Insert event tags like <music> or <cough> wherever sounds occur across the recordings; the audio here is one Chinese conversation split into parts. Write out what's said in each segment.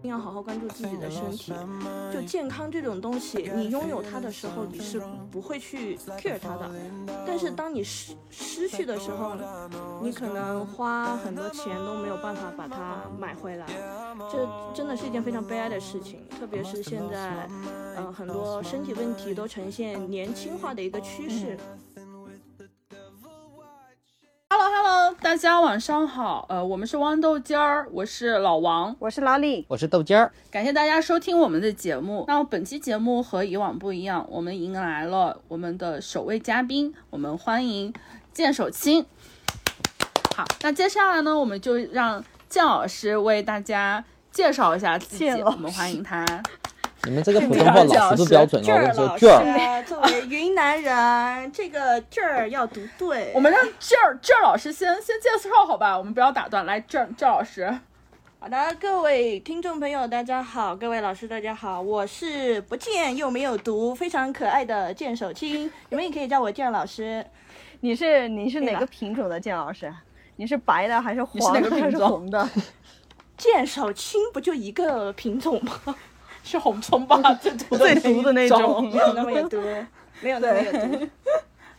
定要好好关注自己的身体。就健康这种东西，你拥有它的时候，你是不会去 care 它的。但是当你失失去的时候，你可能花很多钱都没有办法把它买回来，这真的是一件非常悲哀的事情。特别是现在，呃，很多身体问题都呈现年轻化的一个趋势。 Hello Hello，大家晚上好，呃，我们是豌豆尖儿，我是老王，我是老李，我是豆尖儿，感谢大家收听我们的节目。那本期节目和以往不一样，我们迎来了我们的首位嘉宾，我们欢迎剑手青。好，那接下来呢，我们就让剑老师为大家介绍一下自己，剑老我师们欢迎他。你们这个普通话老是不标准了，我跟你说，这卷儿儿作为云南人，这个这儿要读对。我们让这儿这儿老师先先介绍好吧，我们不要打断，来这儿这儿老师。好的，各位听众朋友，大家好，各位老师，大家好，我是不见又没有读，非常可爱的剑手青，你们也可以叫我剑老师。你是你是对哪吧个品种的剑老师？啊你是白的还是你是黄哪的个还品是种 <laughs> 红的？剑手青不就一个品种吗？是红葱吧？最毒 <laughs> 最毒的那种。没有那么有毒，没有那么有毒。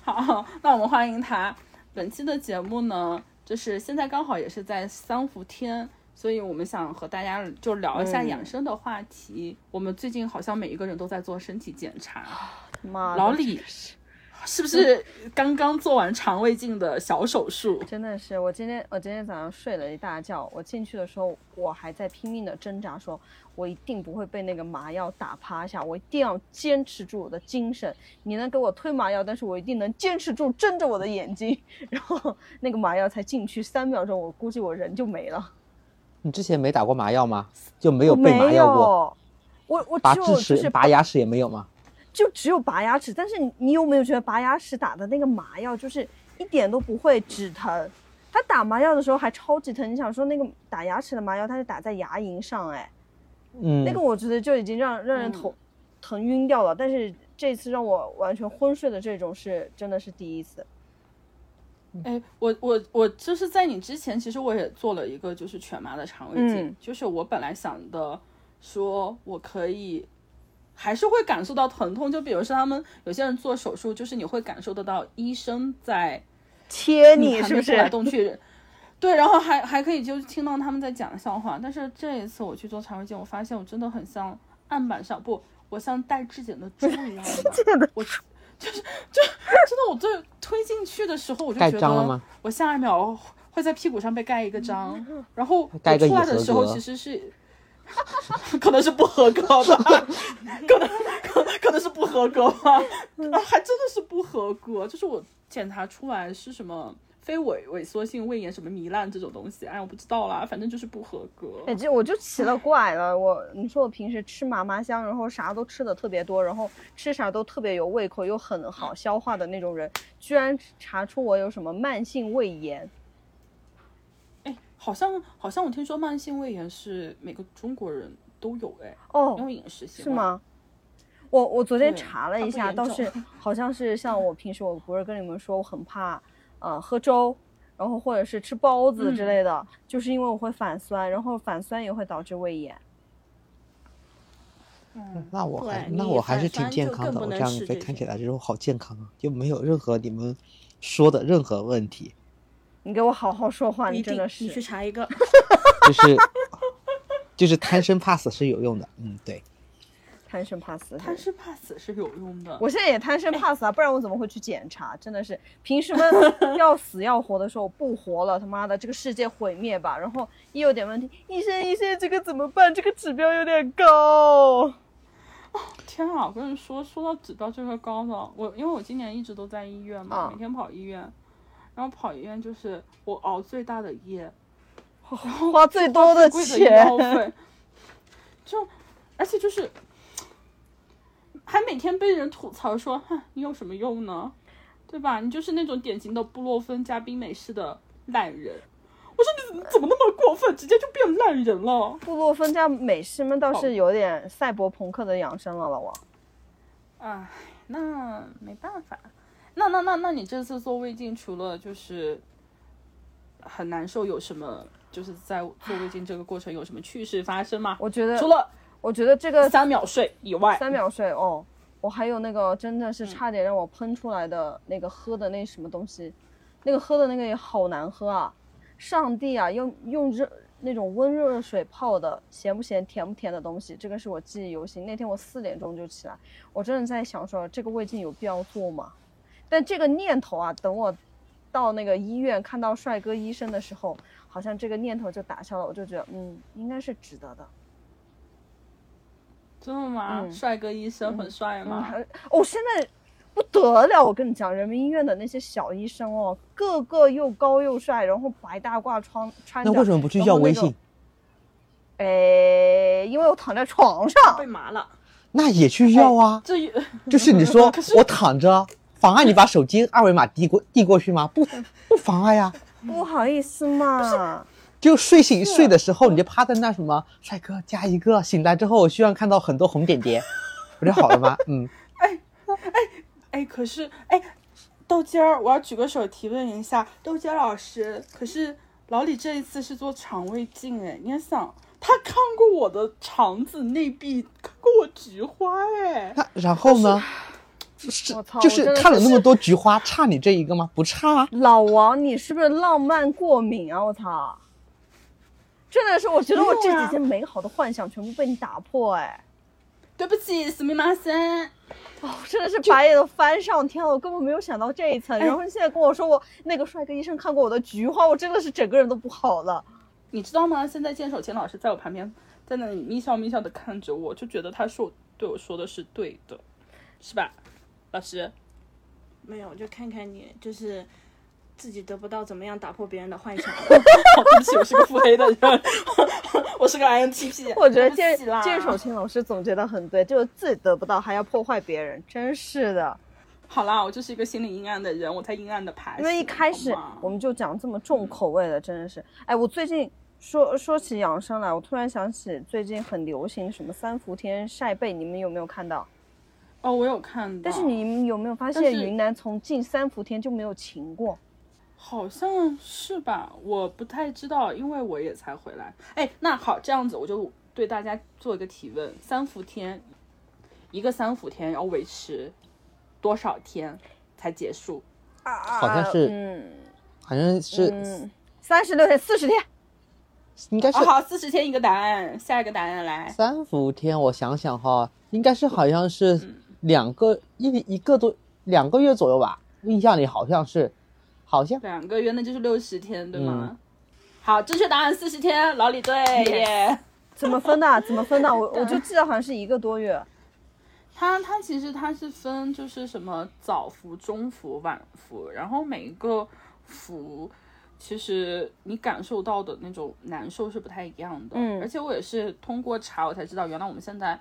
好， <laughs> 那我们欢迎他。本期的节目呢，就是现在刚好也是在三伏天，所以我们想和大家就聊一下嗯养生的话题。我们最近好像每一个人都在做身体检查，妈的，老李是不是刚刚做完肠胃镜的小手术？真的是，我今天我今天早上睡了一大觉，我进去的时候，我还在拼命的挣扎说，我一定不会被那个麻药打趴下，我一定要坚持住我的精神。你能给我推麻药，但是我一定能坚持住，睁着我的眼睛。 <laughs> 然后那个麻药才进去三秒钟，我估计我人就没了，你之前没打过麻药吗？就没有被麻没药过，有。我我拔只有智就是齿、拔牙齿也没有吗？就只有拔牙齿，但是你你有没有觉得拔牙齿打的那个麻药就是一点都不会止疼？他打麻药的时候还超级疼，你想说那个打牙齿的麻药，它是打在牙龈上，哎，嗯那个，我觉得就已经让嗯让人头、疼晕掉了。但是这次让我完全昏睡的这种是真的是第一次。哎，我我我就是在你之前，其实我也做了一个就是全麻的肠胃镜，嗯就是我本来想的，说我可以还是会感受到疼痛，就比如说他们有些人做手术，就是你会感受得到医生在切还你没是不动来 <laughs> 是？动去，对，然后还还可以就听到他们在讲笑话。但是这一次我去做肠胃镜，我发现我真的很像案板上不，我像带质检的猪一样的 <laughs> 的，我就是就真的，我最推进去的时候，我就盖觉章了吗得我下一秒会在屁股上被盖一个章，嗯然后盖我个出来已的合时候格其实是。可能是不合格 <laughs> 吧，可能可可能是不合格吧，嗯啊还真的是不合格。就是我检查出来是什么非萎萎缩性胃炎、什么糜烂这种东西，哎，我不知道啦，反正就是不合格。哎，这我就奇了怪了。我你说我平时吃麻麻香，然后啥都吃的特别多，然后吃啥都特别有胃口，又很好消化的那种人，居然查出我有什么慢性胃炎。哎，好像好像我听说慢性胃炎是每个中国人都有，哎，因哦，为饮食习是惯。？吗？我我昨天对查了它一下，不倒严 <laughs> 是好像是像我平时我不是跟你们说我很怕，呃，喝粥，然后或者是吃包子之嗯类的，就是因为我会反酸，然后反酸也会导致胃炎。嗯，那我还对那你我还是反挺酸健就康更的，不我这能样吃被这看些起来就是我好健康啊，就没有任何你们说的任何问题，你给我好好说话，不你一真定的，你去是。查一个。就是就是贪生怕死是有用的，嗯，对，贪生怕死，贪生怕死是有用的。我现在也贪生怕死啊，不然我怎么会去检查？真的是，平 <laughs> 时们要死要活的时候不活了，他妈的这个世界毁灭吧！然后一有点问题，医生医生这个怎么办？这个指标有点高。天啊，我跟你说，说到指标这个高的，我因为我今年一直都在医院嘛，啊每天跑医院，然后跑医院就是我熬最大的夜，花最多的贵的医药钱，费，就而且就是还每天被人吐槽说，哼，你有什么用呢？对吧？你就是那种典型的布洛芬加冰美式的烂人。我说你怎么怎么那么过分，直接就变烂人了。布洛芬加美式们倒是有点赛博朋克的养生了，老王。唉，那没办法。那那那那你这次做胃镜，除了就是很难受，有什么就是在做胃镜这个过程有什么趣事发生吗？我觉得除了我觉得这个三秒睡以外，三秒睡哦，我还有那个真的是差点让我喷出来的那个喝的那什么东西，那个喝的那个也好难喝啊！上帝啊，用用热那种温热水泡的，咸不咸、甜不甜的东西，这个是我记忆犹新。那天我四点钟就起来，我真的在想说这个胃镜有必要做吗？但这个念头啊，等我到那个医院看到帅哥医生的时候，好像这个念头就打消了。我就觉得，嗯，应该是值得的。真的吗？嗯帅哥医生很帅嗯，吗？还 <laughs> 哦，现在不得了！我跟你讲，人民医院的那些小医生哦，个个又高又帅，然后白大褂穿穿着。那为什么不去要微信？？哎，因为我躺在床上被。麻了，那也去要啊，这就是你说我躺着，妨碍你把手机二维码递过递过去吗？不，不妨碍呀、不好意思嘛，就睡醒睡的时候，你就趴在那什么，帅哥加一个。醒来之后，我希望看到很多红 <laughs> 点点，不就好了吗？嗯，哎，可是哎，豆尖儿，我要举个手提问一下，豆尖儿老师，可是老李这一次是做肠胃镜，哎，你要想他看过我的肠子内壁，看过我菊花，哎，那然后呢？是我操，我就是真的看了是那么多菊花，差你这一个吗？不差啊。老王，你是不是浪漫过敏啊？我操！真的是，我觉得我没这有啊几天美好的幻想全部被你打破，哎，对不起，死命马森，哦，真的是白眼都翻上天了，我根本没有想到这一层。然后你现在跟我说我那个帅哥医生看过我的菊花，我真的是整个人都不好了。你知道吗？现在剑手琴老师在我旁边，在那里咪笑咪笑的看着我，就觉得他说对我说的是对的，是吧，老师？没有，就看看你就是自己得不到怎么样打破别人的幻想。哦，对不起，我是个腹黑的人，我是个 INTP。 <laughs> 我觉得对剑不起啦剑手青老师总结的很对，就是自己得不到还要破坏别人，真是的。好啦，我就是一个心理阴暗的人，我才阴暗的爬行。因为一开始好吗我们就讲这么重口味的，真的是。哎，我最近说说起养生来，我突然想起最近很流行什么三伏天晒背，你们有没有看到？哦，我有看到，但是你们有没有发但现是云南从近三伏天就没有晴过？好像是吧？我不太知道，因为我也才回来。哎，那好，这样子我就对大家做一个提问：三伏天，一个三伏天要维持多少天才结束？啊好像是嗯好像是、嗯，三十六天、四十天，应该是啊，好，四十天一个答案，下一个答案来。三伏天，我想想哈，应该是好像是嗯两个一一个多两个月左右吧，印象里好像是，好像两个月那就是六十天，对吗？好，正确答案四十天，老李对耶。怎么分的啊？怎么分的啊？我我就记得好像是一个多月。它它其实它是分就是什么早服、中服、晚服，然后每一个服，其实你感受到的那种难受是不太一样的。嗯而且我也是通过查我才知道，原来我们现在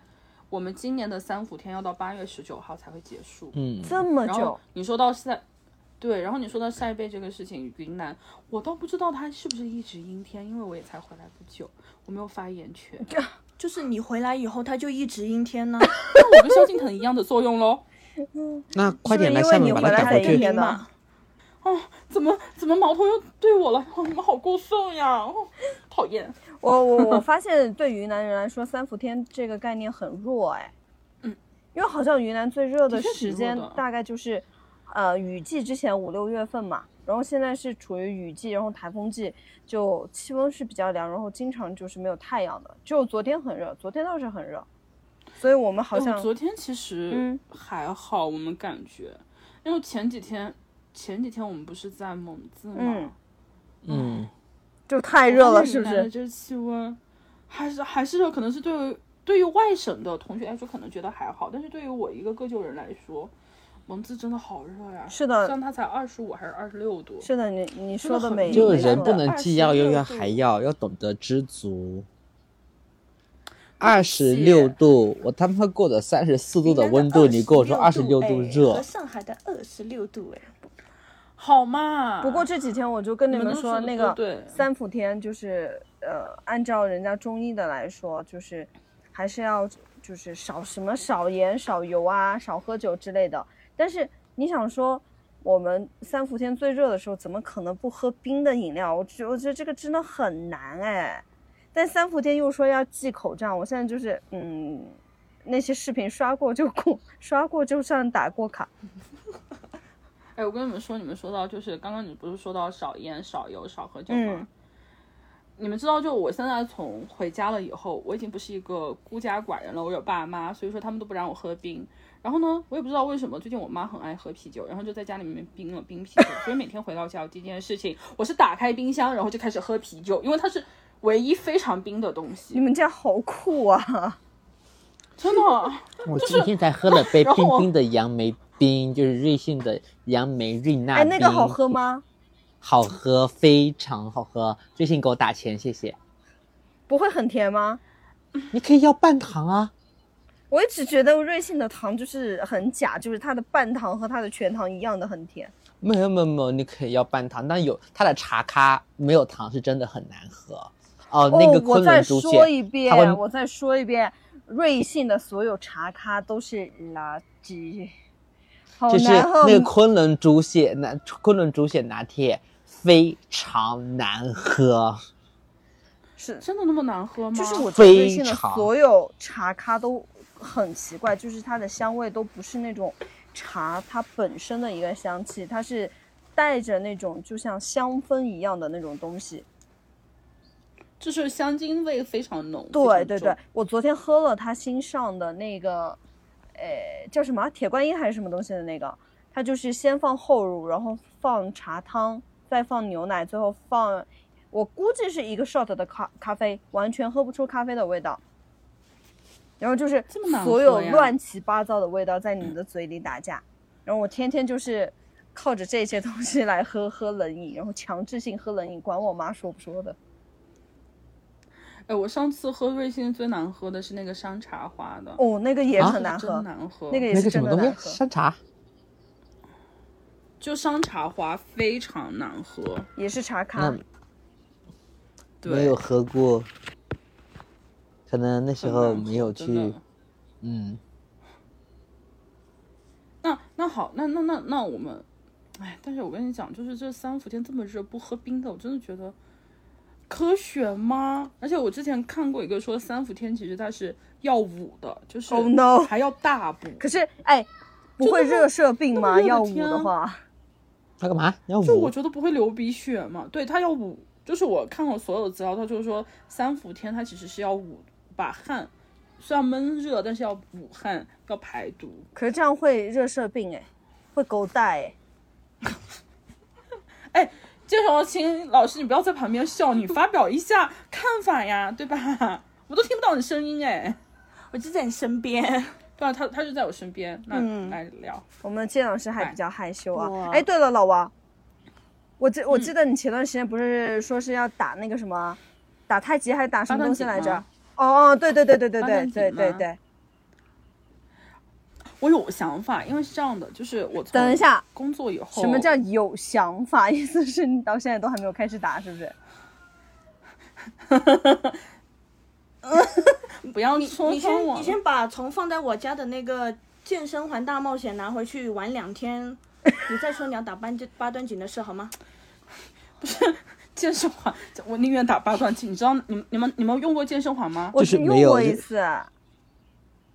我们今年的三伏天要到八月十九号才会结束。嗯，这么然久后，你说到晒，对，然后你说到晒背这个事情，云南我倒不知道它是不是一直阴天，因为我也才回来不久，我没有发言权，就是你回来以后，它就一直阴天呢，那我跟萧敬腾一样的作用喽。那快点来是不是厦因为门你把回来它赶才回一去。年呢？嘛。怎么怎么矛头又对我了？ <laughs> 哦，你们好过分呀！ <laughs> 哦，讨厌。 <laughs> 我我我发现对云南人来说，三伏天这个概念很弱哎，嗯，因为好像云南最热的的确挺时弱间的大概就是，呃，雨季之前五六月份嘛，然后现在是处于雨季，然后台风季，就气温是比较凉，然后经常就是没有太阳的，只有昨天很热，昨天倒是很热，所以我们好像哦哎我昨天其实嗯还好，我们感觉，因为前几天前几天我们不是在蒙自吗？嗯嗯，就太热了，是哦我不发现云南的是？这气温还是还是热，可能是对于对于外省的同学来说，可能觉得还好，但是对于我一个个旧人来说，蒙自真的好热呀！是的像它才二十五还是二十六度，是的，你你真的说的很没热就没人错不的能既要又要还要，要懂得知足。二十六度，我他妈过的三十四度的温度，你跟我说二十六度哎和热，上海的二十六度哎，好嘛？不过这几天我就跟你你们们都说，说得那都个对三伏天就是呃，按照人家中医的来说，就是还是要就是少什么少盐、少油啊、少喝酒之类的。但是你想说，我们三伏天最热的时候，怎么可能不喝冰的饮料？我觉我觉得这个真的很难哎。但三伏天又说要忌口罩，我现在就是嗯，那些视频刷过就过， <laughs> 刷过就算打过卡。哎，我跟你们说，你们说到就是刚刚你不是说到少烟、少油、少喝酒吗？嗯你们知道，就我现在从回家了以后，我已经不是一个孤家寡人了，我有爸妈，所以说他们都不让我喝冰。然后呢，我也不知道为什么，最近我妈很爱喝啤酒，然后就在家里面冰了冰啤酒，所以每天回到家，我第一件事情我是打开冰箱，然后就开始喝啤酒，因为它是唯一非常冰的东你西，们家好酷啊！真的。我今天才喝了杯然后冰我冰的杨梅冰，就是瑞幸的杨梅瑞纳哎，冰，那个好，喝吗？好喝，非常好喝。瑞幸给我打钱，谢谢。不会很甜吗？你可以要半糖啊，我一直觉得瑞幸的糖就是很假，就是它的半糖和它的全糖一样的很甜。没有没有没有，你可以要半糖，但有它的茶咖没有糖是真的很难喝。哦，那个哦、我昆再仑竹说姐，一它会遍，我再说一遍，瑞幸的所有茶咖都是垃圾，好就是难哦喝。那个昆仑竹血拿昆仑竹血拿铁非常难喝，是真的那么难喝吗？就是我觉得非瑞幸的常所有茶咖都很奇怪，就是它的香味都不是那种茶它本身的一个香气，它是带着那种就像香氛一样的那种东西。就是香精味非常浓。对非常对重对，，我昨天喝了它新上的那个，呃，叫什么铁观音还是什么东西的那个，它就是先放后乳，然后放茶汤，再放牛奶，最后放，我估计是一个 shot 的咖咖啡，完全喝不出咖啡的味道。然后就是这么难喝所有呀乱七八糟的味道在你的嘴里打架，然后我天天就是靠着这些东西来喝喝冷饮，然后强制性喝冷饮，管我妈说不说的。哎，我上次喝瑞幸最难喝的是那个山茶花的，哦，那个也啊很难喝，真难喝。那个也那是个什真么的东难西喝。山茶。就山茶花非常难喝，也是茶咖那。对，没有喝过，可能那时很候难喝没有真去的，嗯，那那好，那那那那我们，哎，但是我跟你讲，就是这三伏天这么热，不喝冰的，我真的觉得科学吗？而且我之前看过一个说三伏天其实它是要捂的，就是 Oh no 还要大补。可是哎，不会热射病吗？那么热的要捂天啊的话，他干嘛？你要就捂我觉得不会流鼻血嘛，对，它要捂，就是我看过所有资料，它就是说三伏天它其实是要捂把汗，虽然闷热，但是要捂汗，要排毒。可是这样会热射病哎，会狗带哎。介绍清老师，你不要在旁边笑，你发表一下看法呀，对吧？我都听不到你声音哎。我就在你身边。对啊，他他就在我身边，那、嗯来聊。我们建老师还比较害羞哇啊。哎，对了，老王，我记嗯我记得你前段时间不是说是要打那个什么，打太极还是打什么东西来八段着锦？哦哦，对对对对对八对段锦对对吗对。我有想法，因为是这样的，就是我等一，下，工作以后什么叫有想法？ <laughs> 意思是你到现在都还没有开始打，是不是？不要你戳你穿先我你？先把从放在我家的那个健身环大冒险拿回去玩两 <laughs> 天，你再说你要打八段八段锦的事好吗？健身环，我宁愿打八段锦。你知道你们你们你们用过健身环吗？我就是只没用有过就一次，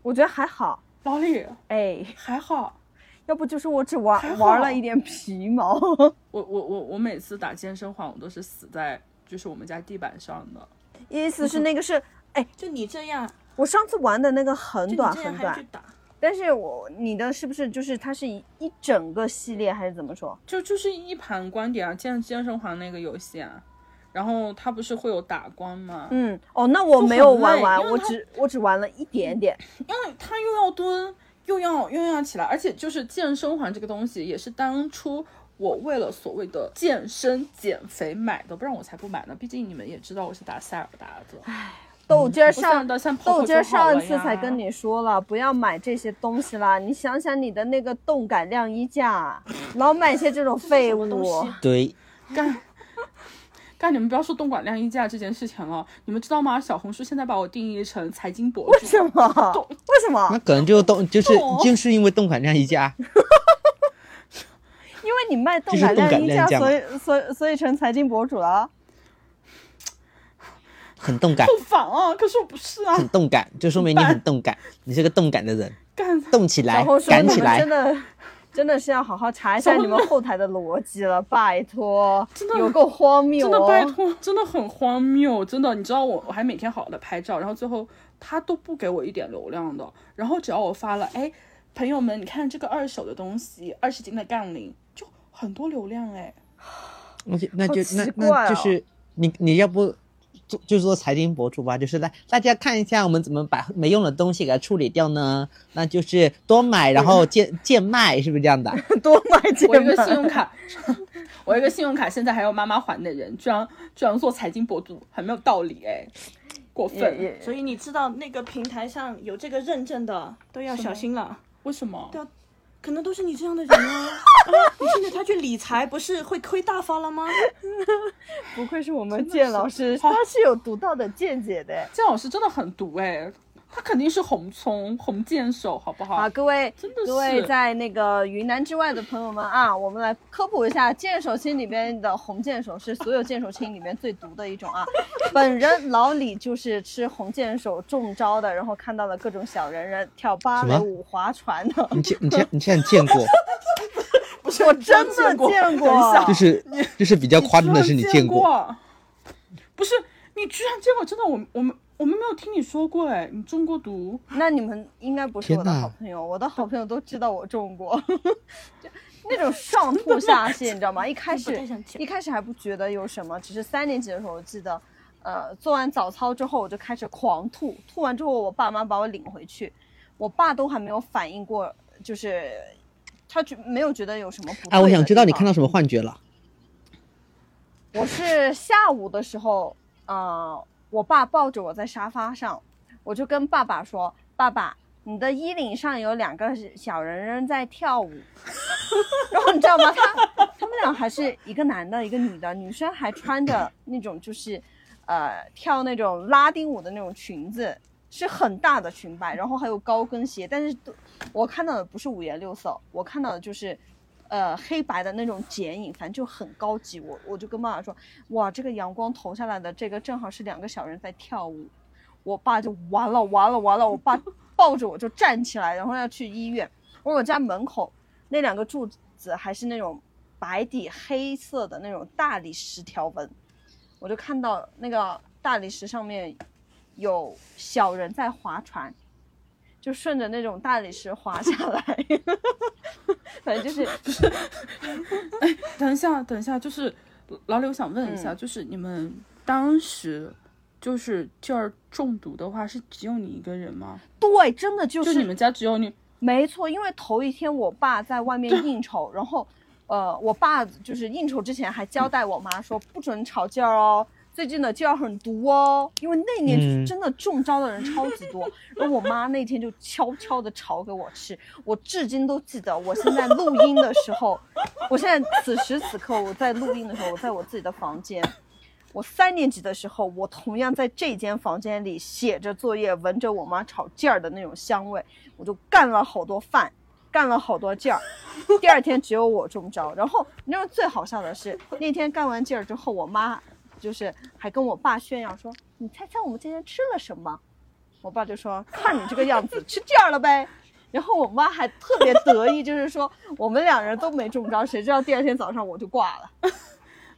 我觉得还好。老李哎，还好，要不就是我只还玩好玩了一点皮毛。我我我我每次打健身环，我都是死在就是我们家地板上的。意思是那个是就你这样，我上次玩的那个就很你短这样很还要去短，打，但是我你的是不是就是它是一一整个系列还是怎么说？就就是一盘光碟啊，健健身环那个游戏啊，然后它不是会有打光吗？嗯，哦，那我就没有很玩累完，因为我它只我只玩了一点点。因为嗯它又要蹲，又要又要起来，而且就是健身环这个东西，也是当初我为了所谓的健身减肥买的，不然我才不买呢。毕竟你们也知道我是打塞尔达的，豆汁儿我塞尔上达像泡豆泡汁儿就好了上呀次才跟你说了，不要买这些东西啦。你想想你的那个动感晾衣架，老买些这种废什么东物西。对，干。干！你们不要说动管晾衣架这件事情了，你们知道吗？小红书现在把我定义成财经博为主， <laughs> 什么？动为嗯什么那？可能就动，就是动就是因为动感这样一家，因为你卖动这感是动晾感衣晾架，架所吗以所以所以成财经博主了啊。很动感好，烦啊！可是我不是啊，很嗯动感，就说明你很动感，你是个动感的人，干动起小来红，书，赶你起们来真。的真的是要好好查一下小你红们后台的逻辑 <laughs> 了，拜托，真的有够荒谬、真的哦，拜托，真的很荒谬，真的，你知道我我还每天好好的拍照，然后最后他都不给我一点流量的，然后只要我发了，哎，朋友们，你看这个二手的东西，二十斤的杠铃，就很多流量哎，那就那好就奇那怪那就哦是你你要不做就做财经博主吧，就是来大家看一下我们怎么把没用的东西给它处理掉呢？那就是多买，然后贱贱卖，是不是这 <laughs> 样的？ <laughs> 多买几我一个本信用卡， <laughs> 我一个信用卡现在还要妈妈还的人，居然居然做财经博主，很没有道理哎，过也分，也所以你知道那个平台上有这个认证的都要小心了，为什么？可能都是你这样的人啊！啊你现在他去理财，不是会亏大发 <laughs> 了吗？ <laughs> 不愧是我们真的建是老师，好他是有独到的见解的。姜老师真的很毒哎，他肯定是红葱红箭手，好不好？好，各位真的，是各位在那个云南之外的朋友们啊，我们来科普一下剑手青里边的红剑手是所有剑手青里面最毒的一 <laughs> 种啊。本人老李就是吃红剑手中招的，然后看到了各种小人人跳芭蕾什么舞、划船的，你见你见你现在见过，不是，我真的见过。等一下 <laughs> 就是就是比较夸张的是你你居然见过，过，不是你居然见过？真的，我们我们我们没有听你说过哎，你中过毒？那你们应该不是我的天哪好朋友，我的好朋友都知道我中过， <laughs> 就那种上吐下泻，你知道 <laughs> 吗？一开我始不太想讲一开始还不觉得有什么，只是三年级的时候，我记得，呃，做完早操之后我就开始狂吐，吐完之后我爸妈把我领回去，我爸都还没有反应过，就是他觉没有觉得有什么不哎，我想知道你看到到什么幻觉了？我是下午的时候，呃，我爸抱着我在沙发上，我就跟爸爸说：“爸爸，你的衣领上有两个小人人在跳舞。” <laughs> 然后你知道吗？他他们俩还是一个男的，一个女的，女生还穿着那种就是，呃，跳那种拉丁舞的那种裙子，是很大的裙摆，然后还有高跟鞋，但是都我看到的不是五颜六色，我看到的就是。呃，黑白的那种剪影，反正就很高级。我我就跟爸爸说，哇，这个阳光投下来的这个正好是两个小人在跳舞。我爸就完了完了完了，我爸抱着我就站起来，然后要去医院。而我家门口那两个柱子还是那种白底黑色的那种大理石条纹，我就看到那个大理石上面有小人在划船，就顺着那种大理石滑下来， <laughs> 反正就是等一下，等一下，就是老刘想问一下，就是你们当时就是劲儿中毒的话，是只有你一个人吗？对，真的就就是你们家只有你？没错，因为头一天我爸在外面应酬，然后，呃，我爸就是应酬之前还交代我妈说不准吵架哦，最近的架很毒哦，因为那年就是嗯真的中招的人超级多，然后我妈那天就悄悄的炒给我吃，我至今都记得，我现在录音的时候，我现在此时此刻我在录音的时候，我在我自己的房间。我三年级的时候，我同样在这间房间里写着作业，闻着我妈炒件儿的那种香味，我就干了好多饭，干了好多件儿。第二天只有我中招。然后你知道最好笑的是，那天干完劲儿之后，我妈就是还跟我爸炫耀说：“你猜猜我们今天吃了什么？”我爸就说：“看你这个样子，吃劲儿了呗。”然后我妈还特别得意，就是说我们两人都没中招，谁知道第二天早上我就挂了。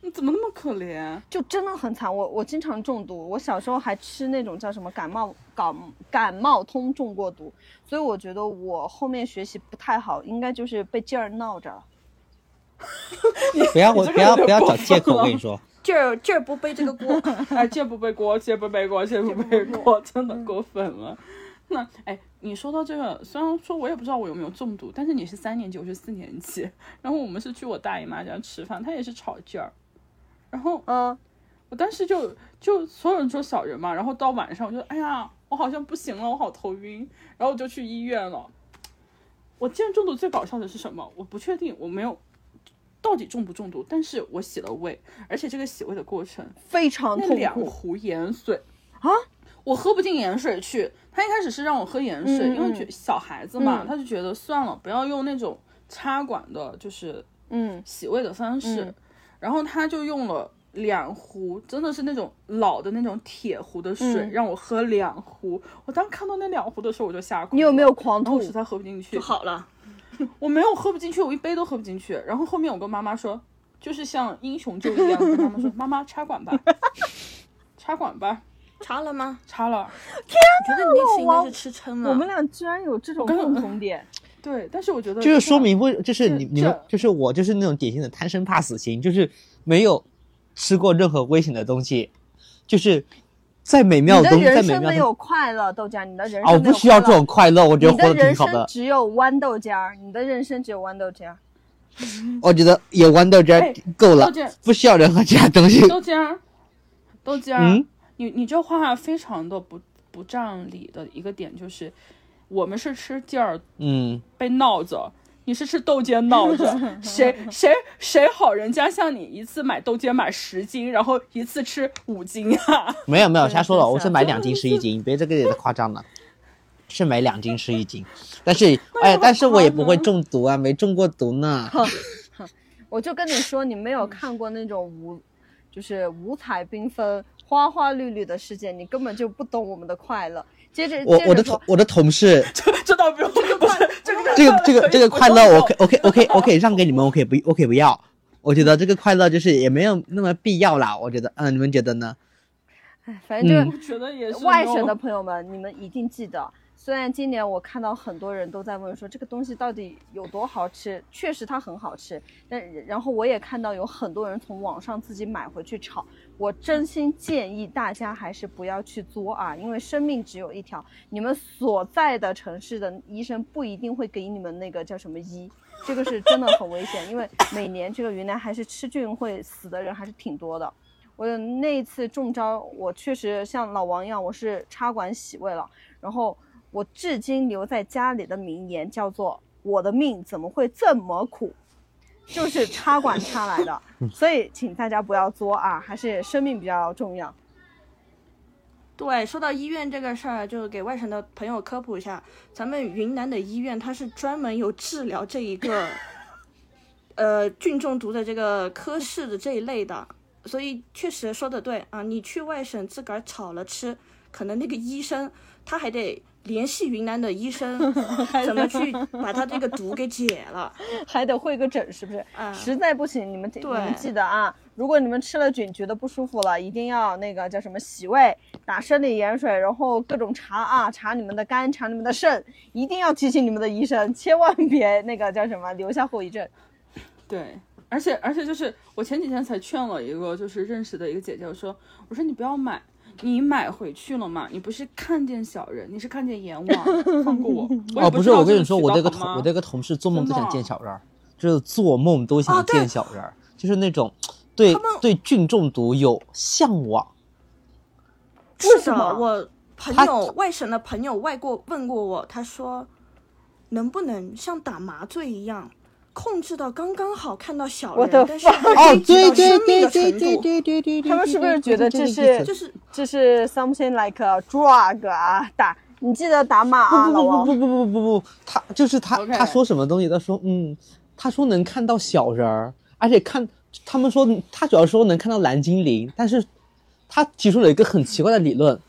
你怎么那么可怜？就真的很惨。我我经常中毒，我小时候还吃那种叫什么感冒感感冒通中过毒，所以我觉得我后面学习不太好，应该就是被劲儿闹着了。不要我这个不要有点不要过找借口，分我跟了你说，劲儿劲儿不背这个锅，哎，这不背锅，这不背锅，这不背锅，嗯真的过分了。那哎，你说到这个，虽然说我也不知道我有没有中毒，但是你是三年级，我是四年级，然后我们是去我大姨妈家吃饭，她也是炒劲儿，然后 <laughs> 嗯，我当时就就所有人说小人嘛，然后到晚上我就哎呀，我好像不行了，我好头晕，然后我就去医院了。我竟然中毒最搞笑的是什么？我不确定，我没有到底中不中毒，但是我洗了胃，而且这个洗胃的过程非常那痛两苦。壶盐水啊，我喝不进盐水去。他一开始是让我喝盐水，嗯嗯因为嗯觉小孩子嘛，嗯他就觉得算了，不要用那种插管的，就是嗯洗胃的方式，嗯然后他就用了两壶，真的是那种老的那种铁壶的水，嗯让我喝两壶。我当时看到那两壶的时候，我就吓哭。你有没有？狂然后吐我？实在喝不进去就，好了。我没有喝不进去，我一杯都喝不进去。然后后面我跟妈妈说，就是像英雄救一样，跟妈妈 <laughs> 说：“妈妈，插管吧，插管吧，查了吗？插了。我觉得你那次应该是吃撑了。我们俩居然有这种刚共同 <laughs> 点，”对，但是我觉得就是说明不，就是你这你们这就是我就是那种典型的贪生怕死型，就是没有吃过任何危险的东西，就是在美妙你的的东西，在人美生妙没的有快乐，豆浆，你的人生啊，我不需要这种快乐，我没觉有得快乐。活你得的挺人好生的。只有豌豆尖儿，你的人生只有豌豆尖儿。我觉得有豌豆汁哎儿够了豆，浆不需要任何其他东西。豆浆儿，豆浆儿，嗯你你这话非常的不不占理的一个点就是，我们是吃劲儿嗯，被闹着。你是吃豆尖闹 <laughs> 着，谁谁谁好人家像你一次买豆尖买十斤，然后一次吃五斤啊？没有没有，瞎说了，是我是是买两斤是一斤，别这个也太夸张了。是买两斤是一斤，但是哎，但是我也不会中毒啊，没中过毒呢。 <laughs> 我就跟你说，你没有看过那种五，就是五彩缤纷、花花绿绿的世界，你根本就不懂我们的快乐。接着，我接我着的说同，我的 <laughs> 同事这这倒不用，这个不是这个这个这个这个快乐，我可可以我可以我可以我可以让给你们，我可以不我可以不要。我觉得这个快乐就是也没有那么必要啦。我觉得，嗯，你们觉得呢？哎反正就是以，嗯我觉得也是外那省的种朋友们，你们一定记得。虽然今年我看到很多人都在问说这个东西到底有多好吃，确实它很好吃。但然后我也看到有很多人从网上自己买回去炒。我真心建议大家还是不要去作啊，因为生命只有一条。你们所在的城市的医生不一定会给你们那个叫什么医，这个是真的很危险。因为每年这个云南还是吃菌会死的人还是挺多的。我有那一次中招，我确实像老王一样，我是插管洗胃了。然后我至今留在家里的名言叫做“我的命怎么会这么苦”，就是插管插来的。所以请大家不要作啊，还是生命比较重要。对，说到医院这个事儿，就给外省的朋友科普一下，咱们云南的医院它是专门有治疗这一个，呃，菌中毒的这个科室的这一类的，所以确实说的对啊，你去外省自个儿炒了吃，可能那个医生他还得联系云南的医生，怎么去把他这个毒给解了还得会个整，是不是？啊？实在不行，你们你们对记得啊，如果你们吃了菌觉得不舒服了，一定要那个叫什么洗胃，打生理盐水，然后各种查啊，查你们的肝，查你们的肾，一定要提醒你们的医生，千万别那个叫什么留下后遗症。对，而且而且就是我前几天才劝了一个就是认识的一个姐姐，我说我说你不要买，你买回去了嘛，你不是看见小人，你是看见阎王，放过我。我也哦，不知是，道我跟这你说，渠我道这个好同吗我这个同事做梦都真的想见小人儿，就是做梦都想见小人儿，就是那种对对菌中毒有向往。是什么的，我朋他友外省的朋友外过问过我，他说能不能像打麻醉一样，控制到刚刚好看到小我人，的但是妈不哦危，及对到对生命对的对程对度，对对对对，他们是不是觉得这是就是这是 something like a drug 啊，打你记得打码啊，老不不王。不不不不不不，他就是他 OK 他说什么东西，他说嗯，他说能看到小人儿，而且看他们说他主要说能看到蓝精灵，但是他提出了一个很奇怪的理论。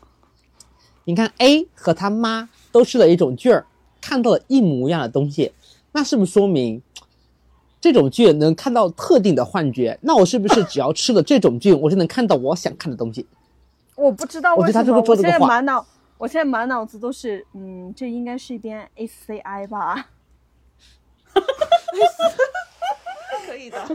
你看 A 和他妈都吃了一种菌儿，看到了一模一样的东西，那是不是说明这种菌能看到特定的幻觉？那我是不是只要吃了这种菌，我就能看到我想看的东西？我不知道我为觉得什他么，这个我做现这个在话满脑，我现在满脑子都是，嗯，这应该是一篇 ACI 吧。可以的。 <laughs>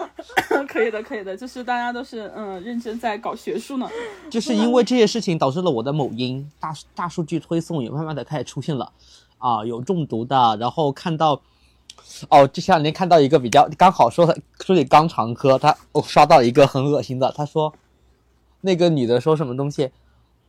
可以的，可以的，就是大家都是嗯认真在搞学术呢。就是因为这些事情导致了我的某音大数大数据推送也慢慢的开始出现了，啊，有中毒的，然后看到，哦，这前两天看到一个比较刚好说说起肛肠科，他我、刷到一个很恶心的，他说那个女的说什么东西，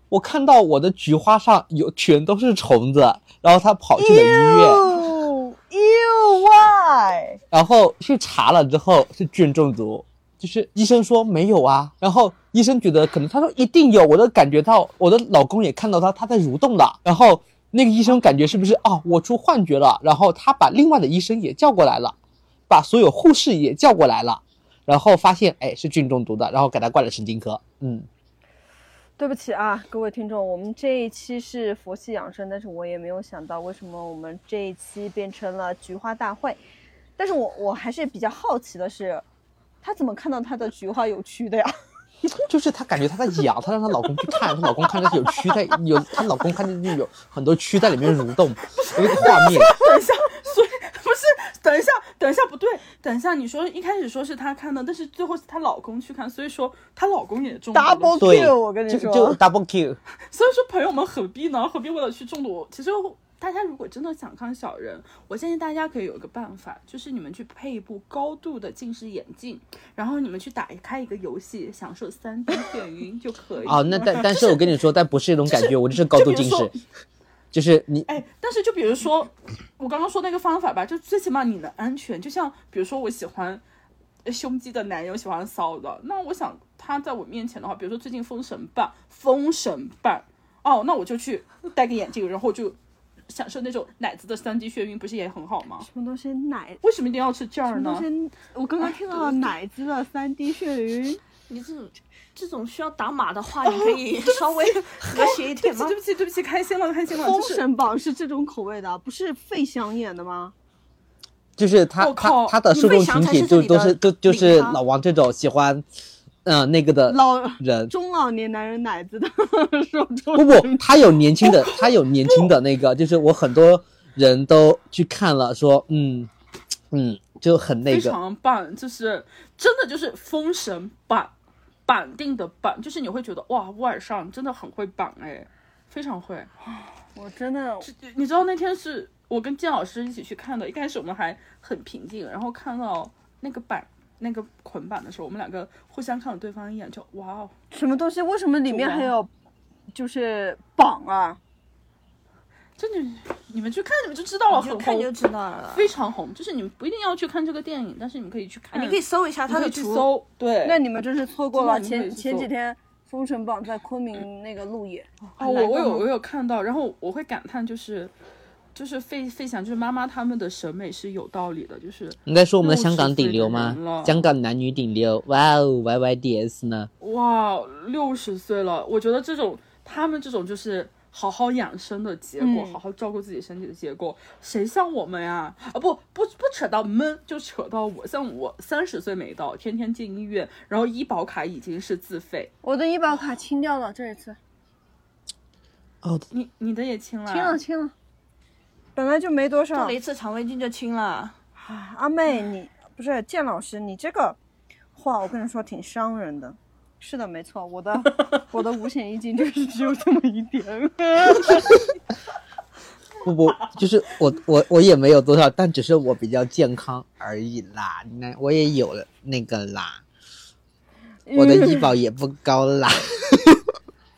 我看到我的菊花上有全都是虫子，然后她跑去了医院， You you Oh, why？然后去查了之后是菌中毒。就是医生说没有啊，然后医生觉得可能他说一定有，我都感觉到我的老公也看到他他在蠕动了，然后那个医生感觉是不是哦我出幻觉了，然后他把另外的医生也叫过来了，把所有护士也叫过来了，然后发现哎是菌中毒的，然后给他挂了神经科。嗯，对不起啊，各位听众，我们这一期是佛系养生，但是我也没有想到为什么我们这一期变成了菊花大会。但是我我还是比较好奇的是，她怎么看到她的菊花有蛆的呀？就是她感觉她在痒，她让她老公去看，她老公看着有蛆在，有她老公看着就有很多蛆在里面蠕动，有一个画面。等一下，所以不是，等一下，等一下，不对，等一下，你说一开始说是她看的，但是最后是她老公去看，所以说她老公也中毒了。 Double 对 Q，我跟你就说，就 double Q，所以说朋友们何必呢？何必为了去中毒？其实大家如果真的想看小人，我建议大家可以有一个办法，就是你们去配一部高度的近视眼镜，然后你们去打开一个游戏，享受三 D 眩晕就可以。啊， <laughs> 那但但是我跟你说，但不是那种感觉，我这是高就度近比如视，就是你哎，但是就比如说我刚刚说那个方法吧，就最起码你能安全。就像比如说我喜欢呃胸肌的男人，我喜欢骚的，那我想他在我面前的话，比如说最近封神榜，封神榜哦，那我就去戴个眼镜，然后就享受那种奶子的三 D 眩晕，不是也很好吗？什么东西奶，为什么一定要吃这什儿么呢？东西，我刚刚听到了奶子的三 D 眩晕。你这种这种需要打码的话，你可哦 <laughs> 以稍微和谐一对点不吗起，？对不起，对不起，开心了，开心了，封就是神榜是这种口味的，啊不是费翔演的吗？就是他我靠他他的你受会众想群他体是这就都里的是都就领是吗老王这种喜欢，嗯、那个的老人。中老年男人奶子的受众不不，他有年轻的，他有年轻的那个，就是我很多人都去看了，说嗯嗯，就很那非个，常棒，就是真的就是封神榜绑定的榜，就是你会觉得哇，乌尔善真的很会绑哎，非常会。我真的 <laughs> 你你知道那天是我跟建老师一起去看的，一开始我们还很平静，然后看到那个板那个捆绑的时候，我们两个互相看了对方一眼，就哇哦，什么东西？为什么里就面完还有就是榜啊？真的，你们去看你们就知道了，哦就很看就红，知道了。非常红。就是你们不一定要去看这个电影，但是你们可以去看，你可以搜一下你他可的以去图，搜，对。那你们真是错过了真的你前们前错几天《封神榜》在昆明那个路演，哦，来我过我有吗我有看到，然后我会感叹就是。就是费费翔，就是妈妈他们的审美是有道理的，就是应该说我们的60香港岁顶的流人了吗？香港男女顶流，哇哦，Y Y D S 呢？哇，六十岁了，我觉得这种他们这种就是好好养生的结果，嗯好好照顾自己身体的结果，谁像我们呀？啊，不不不扯到闷，就扯到我，像我三十岁没到，天天进医院，然后医保卡已经是自费，我的医保卡清掉了，这一次哦，你你的也清了，啊清了清了，啊本来就没多做少了。一次肠胃镜就清了。啊阿妹，你不是建老师，你这个话我跟你说挺伤人的。是的，没错， <laughs> 我的我的五险一金就是只有这么一 <laughs> 点。不不，就是我我我也没有多少，但只是我比较健康而已啦。那我也有了那个啦，我的医保也不高啦。嗯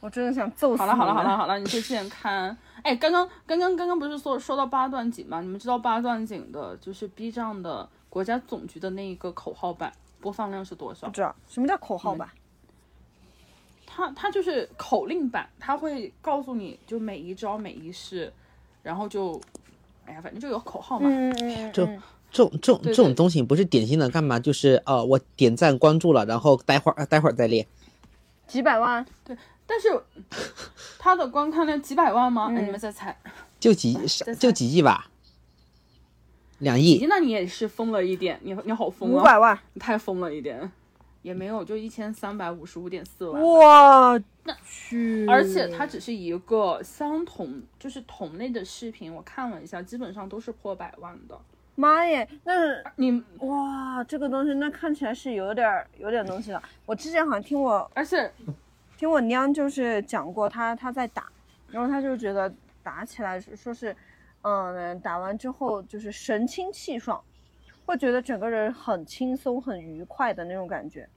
我真的想揍死好了好了你好们了好了，你去健康。哎，刚刚刚刚刚刚不是说说到八段锦吗？你们知道八段锦的就是 B 站的国家总局的那一个口号版播放量是多不少？知道什么叫口号吧？它它就是口令版，它会告诉你就每一招每一式，然后就，哎呀，反正就有口号嘛。嗯嗯就这种这种对这对种东西不是典型的干嘛？就是哦，我点赞关注了，然后待会儿待会儿再练。几百万，但是它的观看量几百万吗？嗯哎，你们再猜。就几再猜就几亿吧，两咦亿，那啊你也是疯了一点，你你好疯五啊！百万，你太疯了一点，也没有，就一千三百五十五点四万。我去！而且它只是一个相同，就是同类的视频，我看了一下，基本上都是破百万的。妈耶，那是你哇，这个东西那看起来是有点儿有点东西的。我之前好像听我而且听我娘就是讲过，她她在打，然后她就觉得打起来是说是，嗯，打完之后就是神清气爽，会觉得整个人很轻松、很愉快的那种感觉。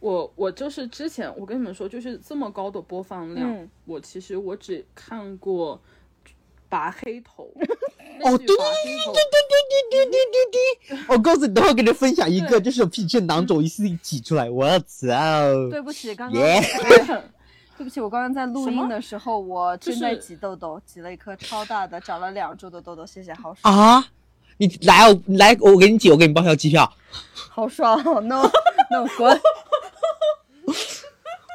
我我就是之前我跟你们说，就是这么高的播放量，嗯我其实我只看过拔黑头。哦类似于对拔黑头我告诉你，等会儿给你分享一对个，就是屁震囊肿一次性挤出来，我操！对不起，刚刚、耶 <laughs> 对不起，我刚刚在录什么音的时候，我就正在是挤痘痘，挤了一颗超大的，长了两周的痘痘。谢谢，好爽。啊，你来我来我给你姐，我给你报销机票。好爽哦，no <laughs> no <laughs> 滚！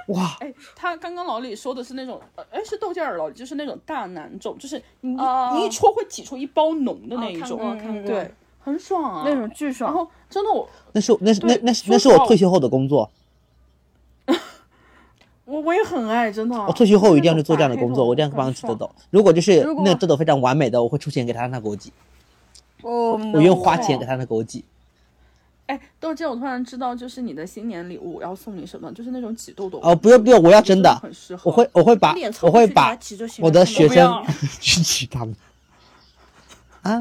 哇，哎，他刚刚老李说的是那种，呃哎，是豆劲儿老李，就是那种大男种，就是你、哦你一戳会挤出一包脓的那一看种，过看过，对，很爽啊，那种巨然哦爽，后真的我那是那是那对那是说那实是话我退休后的工作，我我也很爱，啊真的。我哦退休后一定要去做这样的就是那工种作，打我一定要去黑帮很豆豆爽。如果就是如果那个豆豆非常完美的，我会出钱给他让他给我挤，哦，我 no 愿意花钱给他让他给我挤。哎，豆姐，我突然知道，就是你的新年礼物我要送你什么，就是那种挤痘痘。哦，不用不用，我要真的，很适合。我会我会把脸凑我过会去给他把挤就行了。我的看到学吗不要生 <laughs> 去挤他们。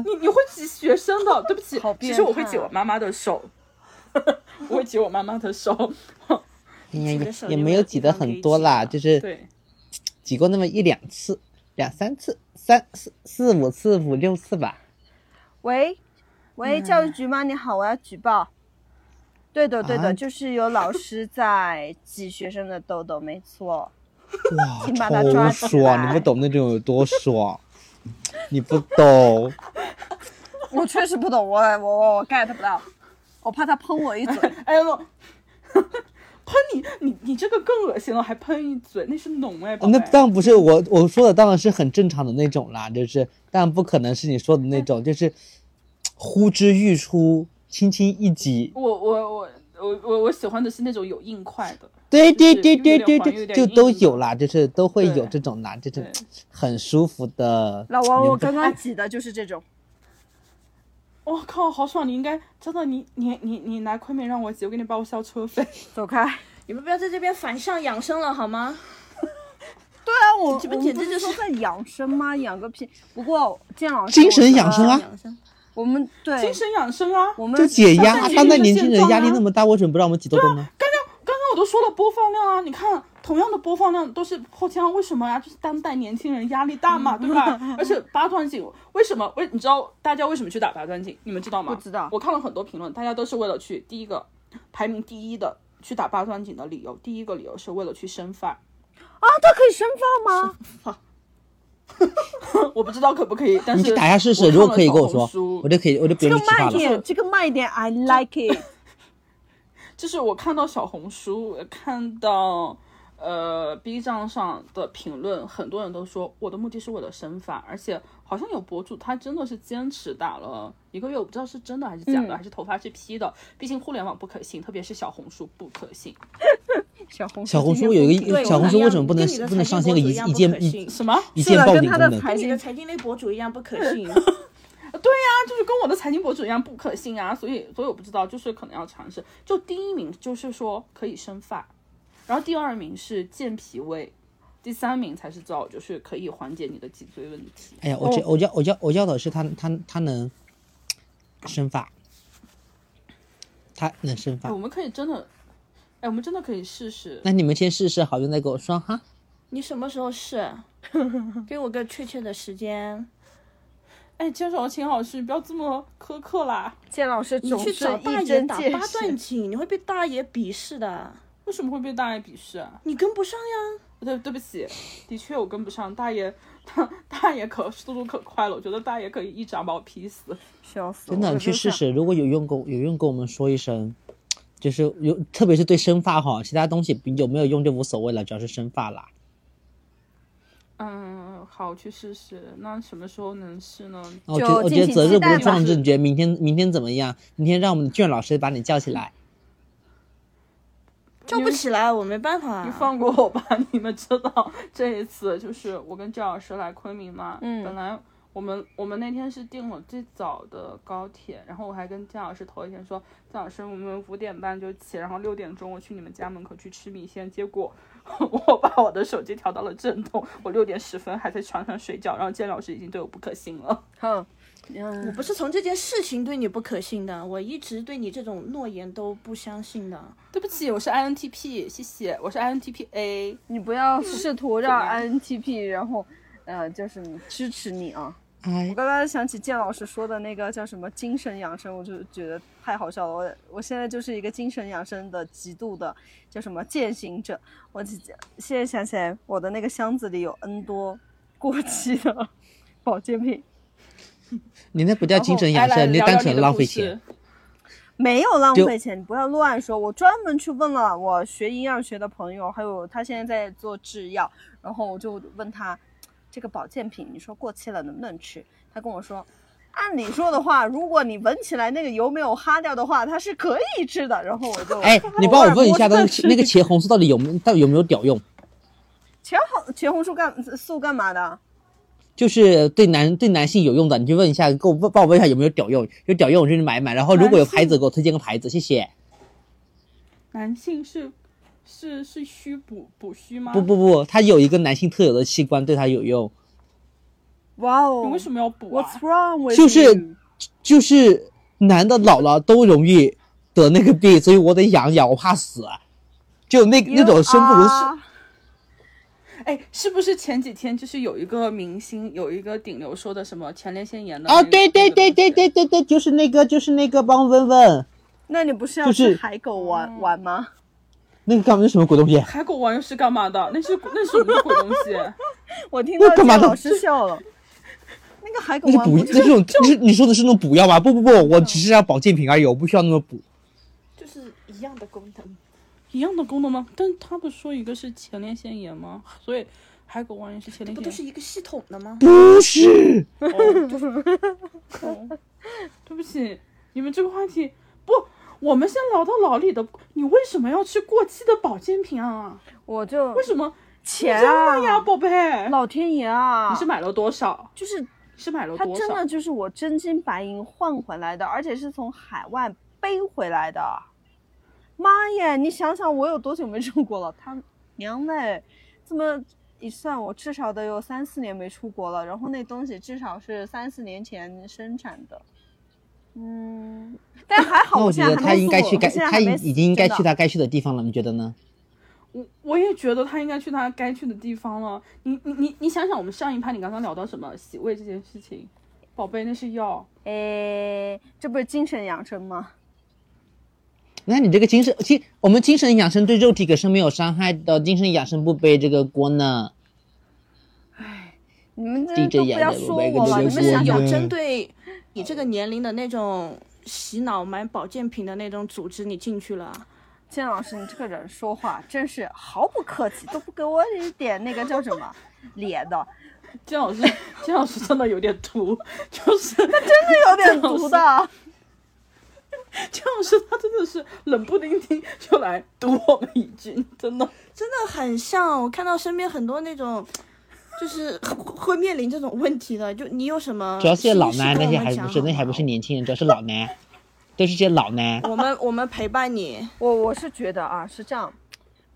你你会挤学生的，对不起好，其变实我会态挤我妈妈的手， <laughs> 我会挤我妈妈的 <laughs> 手。哎呀挤也的手也有没没有有挤地得方可很以多挤啦，啊就是对，挤过那么一两次、两三次、三四四五次、五六次吧。喂，喂，教育局吗？你好，我要举报。对的，对的，啊就是有老师在挤学生的痘痘，没错。哇，请把它抓超起爽！你来不懂那种有多爽， <laughs> 你不懂。我确实不懂，我我我我 get 不到，我怕他喷我一 <laughs> 嘴。哎呦，喷你你你这个更恶心了，还喷一嘴，那是脓哎，宝哦那贝当然不是我我说的，当然是很正常的那种啦，就是当然不可能是你说的那种，就是呼之欲出，轻轻一挤。我我我我我我喜欢的是那种有硬块的，对对就是对有对点对黄有对，点就都硬有啦，就是都会有对这种啦，就是对很舒服的。老王，我你们刚刚挤的就是这 <laughs> 种，我、靠，好爽！你应该真的，你你你你拿昆明让我挤，我给你报销车 <laughs> 费。走开。你们不要在这边反向养生了好吗？对啊，我这不我简们不直是就是说在养生吗？养个屁！不过建老师，精神我觉养得生啊养生，我们对精神养生啊！我们就解压，正当代是年现轻人状压力啊那么大，为什么不让我们挤痘痘呢？刚 <laughs> 刚我都说了播放量啊，你看同样的播放量都是破千啊，为什么呀、就是当代年轻人压力大嘛，对吧？而 <laughs> 且八段锦为什么？为你知道大家为什么去打八段锦？你们知道吗？不知道我看了很多评论，大家都是为了去第一个排名第一的去打八段锦的理由，第一个理由是为了去生发。啊，它可以生发吗？ <laughs> 我不知道可不可以，但你是去打一下试试，我看如果了可以小跟我红说书，我就可以，我就不这用个你吃卖饭了。点，这个卖点，I like it。就是我看到小红书，呃看到呃 B 站上的评论，很多人都说我的目的是为了生发，而且好像有博主他真的是坚持打了一个月，我不知道是真的还是假的，嗯还是头发是 P 的。毕竟互联网不可信，特别是小红书不可信。小红小红今书天有不一个对小我红们书一为样什么不能跟你的不能财上经线博个一主样一键嗯不可信什么？一是键的爆跟顶他的功能？财跟你经的财经类博主一样不 <laughs> 可信。他就是跟我的财经博主一样不可信啊，所以所以我不知道，就是可能要尝试。就第一名就是说可以生发，然后第二名是健脾胃，第三名才是皂，就是可以缓解你的脊椎问题。哎呀，我觉我要我要我要的是他他他能生发，他能生哎，发我。们可以真的，哎，我们真的可以试试。那你们先试试好用再跟我说哈。你什么时候是？给我个确切的时间。哎，牵手秦老师，不要这么苛刻啦！建老师你总去是找大一爷针打见八段血。锦，你会被大爷鄙视的，为什么会被大爷鄙视啊？你跟不上呀。对，对不起，的确我跟不上大爷， <laughs> 大大爷可速度可快了，我觉得大爷可以一掌把我劈死。笑死我！真的，哦我你去就试想。试，如果有用跟我有用跟我们说一声，就是有特别是对生发哈，其他东西有没有用就无所谓了，主要是生发啦。嗯，好，去试试。那什么时候能试呢？我觉就得我敬觉得请择期日不待如吧撞日，你觉得明天明天怎么样？明天让我们的卷老师把你叫起来。叫不起来，我没办法。你 <laughs> 放过我吧，你们知道这一次就是我跟赵老师来昆明嘛，嗯本来我们我们那天是订了最早的高铁，然后我还跟姜老师头一天说，姜老师我们五点半就起，然后六点钟我去你们家门口去吃米线，结果 <laughs> 我把我的手机调到了震动，我六点十分还在床上睡觉，然后姜老师已经对我不可信了。哼，我嗯，不是从这件事情对你不可信的，我一直对你这种诺言都不相信的。对不起，我是 INTP，谢谢，我是 INTPA。你不 <laughs> 要试图让怎么 INTP，然后，呃，就是你支持你啊。哎我，刚刚想起建老师说的那个叫什么精神养生，我就觉得太好笑了。我我现在就是一个精神养生的极度的叫什么践行者。我只现在想起来， <laughs> 我的那个箱子里有 N 多过期的保健品，你那不叫精神养生，你聊单聊你纯的浪故费事钱。。没有浪就费钱，你不要乱说。我专门去问了我学营养学的朋友，还有他现在在做制药，然后我就问他，这个保健品你说过期了能不能吃？他跟我说，按你说的话，如果你闻起来那个油没有哈掉的话，它是可以吃的。然后我就哎，你帮我问一下， <laughs> 那那个那个茄红素到底有没到底有没有屌用？茄红茄红素干呃素干嘛的？就是对男对男性有用的，你去问一下，给我问帮我问一下有没有屌用，有屌用我就去买一买。然后如果有牌子，给我推荐个牌子，谢谢。男性是是是虚补补虚吗？不不不，它有一个男性特有的器官对它有用，哇你哦为什么要补，What's 啊？ wrong with 就是 you？就是男的老了都容易得那个病，所以我得养养，我怕死。就那那种生不如死， You are- 哎，是不是前几天就是有一个明星，有一个顶流说的什么前列腺炎的啊，那个对对那个对对对对对，就是那个就是那个，帮我问问那你不是要就去是海狗玩、玩吗？那个干嘛是什么鬼东西？海狗丸又是干嘛的？那是那是什么鬼东西？我听那到干嘛建老的师笑了。那个海狗那是丸补，不那是种，那是你说的是那种补药吧？不不不，我只是要保健品而已，我不需要那么补。就是一样的功能。一样的功能吗？但他不说一个是前列腺炎吗？所以海狗丸也是前列不都腺炎。是一个系统的吗？不是，哦对不起，你们这个话题不，我们先聊到老李的，你为什么要吃过期的保健品啊？我就为什么钱扔了呀，啊，宝贝？老天爷啊！你是买了多少？就是是买了它多真少的？就是我真金白银换回来的，而且是从海外背回来的。妈耶！你想想我有多久没出国了？他娘嘞！这么一算，我至少得有三四年没出国了。然后那东西至少是三四年前生产的。嗯，但还好，那我现觉在得还他没应该死去我该，现在他还没已死已经应该真的去他该去的地方了，你觉得呢？我我也觉得他应该去他该去的地方了。你你你你想想，我们上一趴你刚刚聊到什么洗胃这件事情，宝贝那是药，诶，这不是精神养生吗？那你这个精神，其实我们精神养生对肉体可是没有伤害的，精神养生不背这个锅呢。你们这 DJ 都不演要的说我也跟我你了，你说你们们想是想过有呢针对你这个年龄的那种洗脑买保健品的那种组织，你进去了啊？建老师，你这个人说话真是毫不客气，都不给我一点那个叫什么脸的，金老师金老师真的有点土，就是这有点毒的。啊金老师他真的是冷不丁丁就来堵我们一句，真的。真的很像，我看到身边很多那种，就是会面临这种问题的。就你有什么呃主要是些老心事男，跟那我些们还讲不是，好那些还吗不哦是年轻人，主要是老男，都是些老男。我们我们陪伴你，我我是觉得啊，是这样，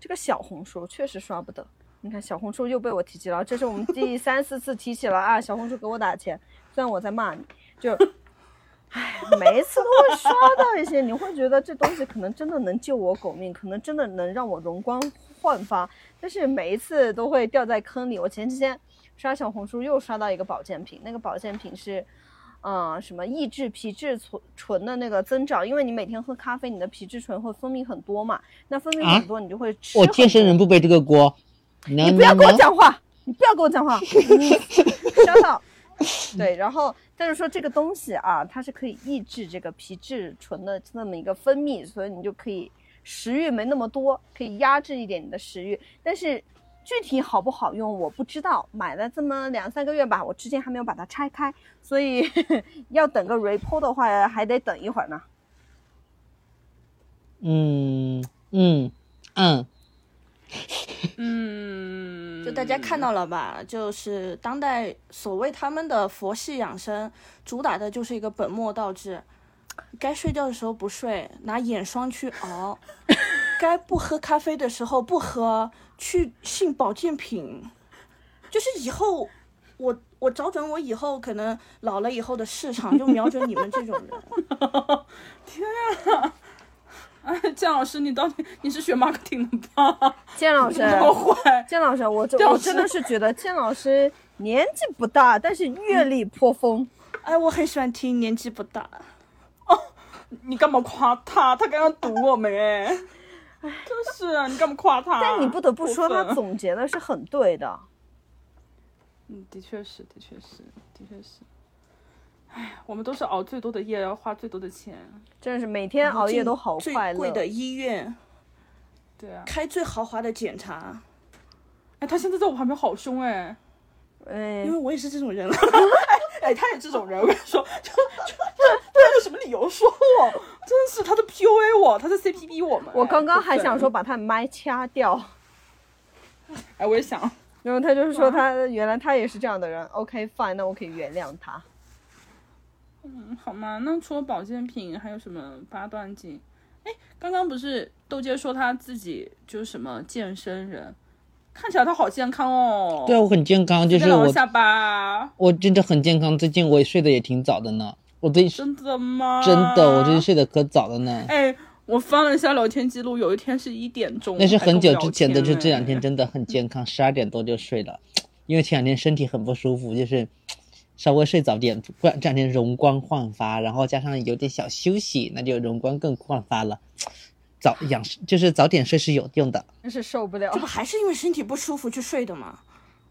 这个小红书确实刷不得。你看小红书又被我提起了，这是我们第三四次提起了啊，小红书给我打钱，虽然我在骂你，就，唉，每一次都会刷到一些，你会觉得这东西可能真的能救我狗命，可能真的能让我容光焕发，但是每一次都会掉在坑里。我前几天刷小红书又刷到一个保健品，那个保健品是。嗯，什么抑制皮质醇醇的那个增长，因为你每天喝咖啡，你的皮质醇会分泌很多嘛，那分泌啊很多，你就会吃、我健身人，不背这个锅，你你不要跟我讲话，你不要跟我讲 <laughs> 话，收到。对，然后但是说这个东西啊，它是可以抑制这个皮质醇的那么一个分泌，所以你就可以食欲没那么多，可以压制一点你的食欲。但是具体好不好用我不知道，买了这么两三个月吧，我至今还没有把它拆开，所以 <laughs> 要等个 report 的话，还得等一会儿呢。嗯嗯嗯，嗯，就大家嗯看到了吧？就是当代所谓他们的佛系养生，主打的就是一个本末倒置。该睡觉的时候不睡，拿眼霜去熬；该不喝咖啡的时候不喝，去信保健品。就是以后，我我找准我以后可能老了以后的市场，就瞄准你们这种人。哎， <laughs> 姜老师，你到底你是学 marketing <laughs> 的吧？建老师，好坏，建老师，我这建老我师真的是觉得建老师年纪不大，但是阅历颇丰。哎，我很喜欢听，年纪不大。你干嘛夸他？他刚刚堵我们哎，真是啊，你干嘛夸他？但你不得不说，过分他总结的是很对的。嗯，的确是，的确是，的确是。唉哎，我们都是熬最多的夜，要花最多的钱。真的是每天熬夜都好最快乐。贵的医院，对啊，开最豪华的检查，哎，他现在在我旁边好凶哎，哎因为，我也是这种人了。哎，哎他也这种人，我跟你说，就就他有什么理由说我？ <laughs> 真是他在 PUA 我，他在 CPB 我们。我刚刚哎还想说，把他麦掐掉，哎，我也想，然后他就是说他原来他也是这样的人。OK fine，那我可以原谅他。嗯好吗？那除了保健品，还有什么八段锦？哎，刚刚不是豆姐说她自己就是什么健身人，看起来她好健康哦。对啊，我很健康，随就便是聊一我下吧。我真的很健康，最近我也睡得也挺早的呢。我最近真的吗？真的，我最近睡得可早了呢。哎，我翻了一下聊天记录，有一天是一点钟，那是很久之前的，嗯还跟我聊天就哎这两天真的很健康，十二点多就睡了，因为前两天身体很不舒服，就是稍微睡早点，不然这两天容光焕发，然后加上有点小休息，那就容光更焕发了。早养就是早点睡是有用的，真是受不了这，不还是因为身体不舒服去睡的吗？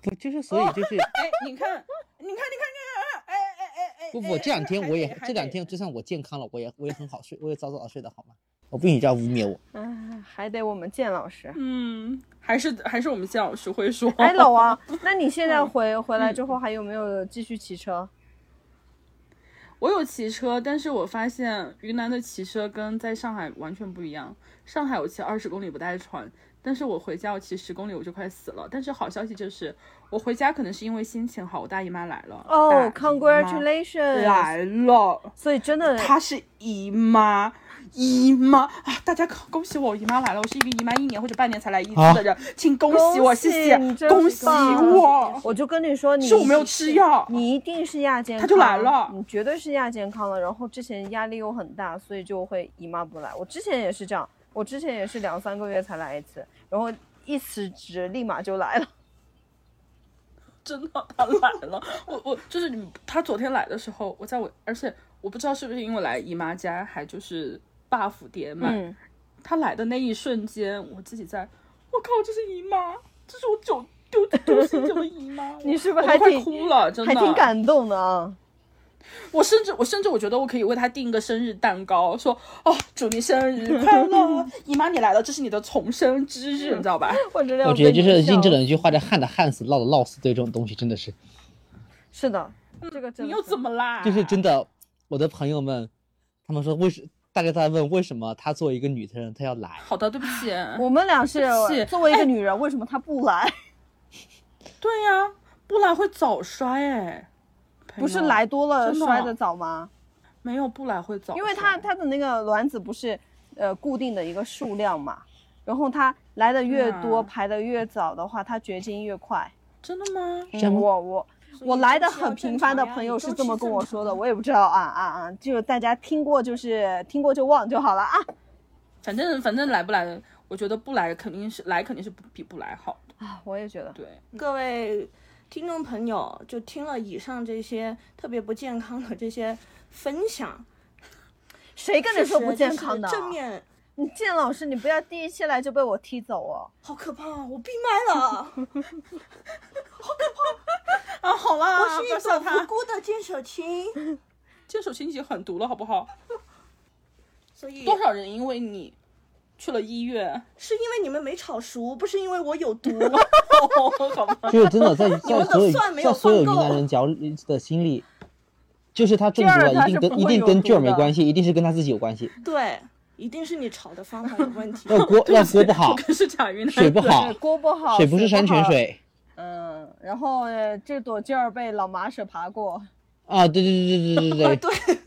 不就是所以就是哎，你看，你看，你看，你看，哎哎哎哎，不哎我这 <laughs> 两天我也这两，天就算我健康了，我也我也很好睡，我也早早的睡的好吗？我不许这样污蔑我。哎，还得我们建老师还得还得。嗯，哦还是还是我们谢老师会说。哎，老王，那你现在回回来之后还有没有继续骑车？ <laughs> 我有骑车，但是我发现云南的骑车跟在上海完全不一样。上海我骑二十公里不带喘，但是我回家我骑十公里我就快死了。但是好消息就是，我回家可能是因为心情好，我大姨妈来了。哦、c 嗯大 o n 姨 g r a 妈 t u l a t i o n 来了。所以真的，她是姨妈，姨妈啊！大家恭恭喜我，我姨妈来了！我是一个姨妈一年或者半年才来一次的人，请恭喜我，恭喜谢谢你，真恭是喜棒我！我就跟你说，你是我没有吃药，你一定是亚健康，他就来了你绝对是亚健康了。然后之前压力又很大，所以就会姨妈不来。我之前也是这样，我之前也是两三个月才来一次，然后一辞职立马就来了。真的，他来了。我我就是你，他昨天来的时候，我在我，而且我不知道是不是因为来姨妈家，还就是霸府爹嘛。嗯，他来的那一瞬间，我自己在，我靠，这是姨妈，这是我九丢丢心久的姨妈。 <laughs> 你是不我是都还快挺哭了？真的，还挺感动 <laughs> 的啊。我甚至我甚至我觉得我可以为他订一个生日蛋糕，说哦，祝你生日快 <laughs> 乐，姨妈你来了，这是你的重生之日，你知道吧？我真的要啊我觉得被就你是笑印证了了一句话，叫“旱的旱死，涝的涝死”。对这种东西真的是，是的，这个真嗯你的又是怎么啦？就是啊真的，我的朋友们，他们说为什，大家都在问为什么她作为一个女的人，她要来。 <laughs> 好的，对不起。我们俩是是哎作为一个女人，为什么她不来？对呀、不来会早衰哎，朋友不是来多了真的摔得早吗？没有不来会早衰，因为它它的那个卵子不是呃固定的一个数量嘛，然后它来的越多，啊排的越早的话，它绝经越快。真的吗？嗯什么我我所以我来的周期要很频繁的正常呀朋友你周是期这么跟我说的，正常我也不知道啊啊啊，就大家听过就是听过就忘就好了啊。反正反正来不来，我觉得不来肯定是来肯定是不比不来好的，啊，我也觉 <laughs> 得，对，嗯各位听众朋友，就听了以上这些特别不健康的这些分享，谁跟你说不健康的？啊确实就是正面你见老师，你不要第一期来就被我踢走哦。好可怕，啊我闭麦了。 <laughs> 啊，好啦，我是不一要笑个无他，辜的剑手青，这首情节很毒了，好不好？所以多少人因为你去了医院？ <laughs> 是因为你们没炒熟，不是因为我有 <laughs> 毒。哦，好吧，就是真的在在们所有的蒜没有在所有云放够南人角里的心里，就是他中毒这儿他了，是一不定跟会一定有跟毒卷儿没的关系，一定是跟他自己有关系。对，一定是你炒的方法有问题。嗯 <laughs> 要锅要锅不我 <laughs> 好，可是贾云南水不人好对，锅不好，哦水不是山泉好。水嗯，然后呃这朵劲儿被老麻蛇爬过。啊！对对对 <laughs> 对对对对，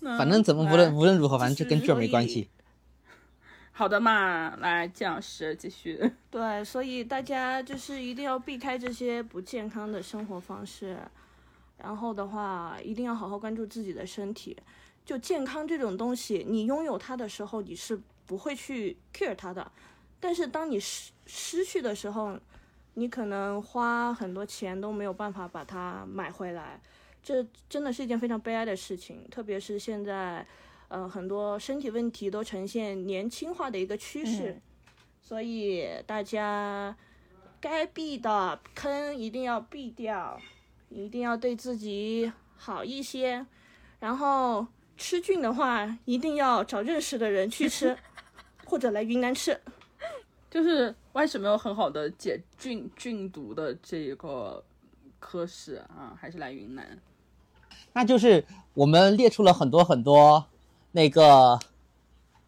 嗯反正怎么无来论无论如何，反正这就跟是卷儿没所关以系。好的嘛，来季老师继续。对，所以大家就是一定要避开这些不健康的生活方式，然后的话一定要好好关注自己的身体。就健康这种东西，你拥有它的时候，你是不会去 care 它的，但是当你失失去的时候，你可能花很多钱都没有办法把它买回来，这真的是一件非常悲哀的事情，特别是现在。呃，很多身体问题都呈现年轻化的一个趋势，嗯所以大家该避的坑一定要避掉，一定要对自己好一些。然后吃菌的话，一定要找认识的人去吃，或者来云南吃。就是外省没有很好的解菌菌毒的这个科室啊，还是来云南。那就是我们列出了很多很多那个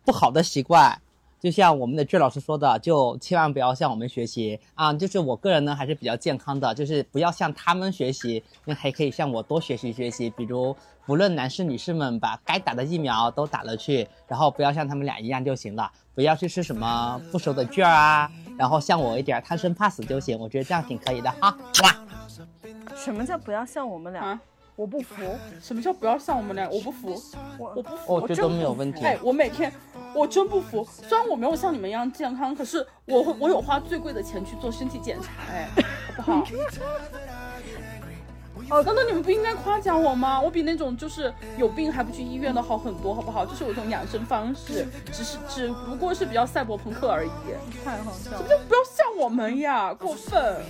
不好的习惯，就像我们的志老师说的，就千万不要向我们学习啊。就是我个人呢还是比较健康的，就是不要向他们学习，那还可以向我多学习学习。比如不论男士女士们，把该打的疫苗都打了去，然后不要像他们俩一样就行了，不要去吃什么不熟的卷儿啊，然后像我一点贪生怕死就行，我觉得这样挺可以的哈。哇，什么叫不要像我们俩？啊我不服，什么叫不要像我们俩？我不服，我我不服，我觉得真不哦没有服问题哎，我每天，我真不服。虽然我没有像你们一样健康，可是我会，我有花最贵的钱去做身体检查，哎，好不好？ <laughs> 哦，难道你们不应该夸奖我吗？我比那种就是有病还不去医院的好很多，好不好？这是我一种养生方式，只是只不过是比较赛博朋克而已。太好笑什了么。叫不要像我们呀？过分！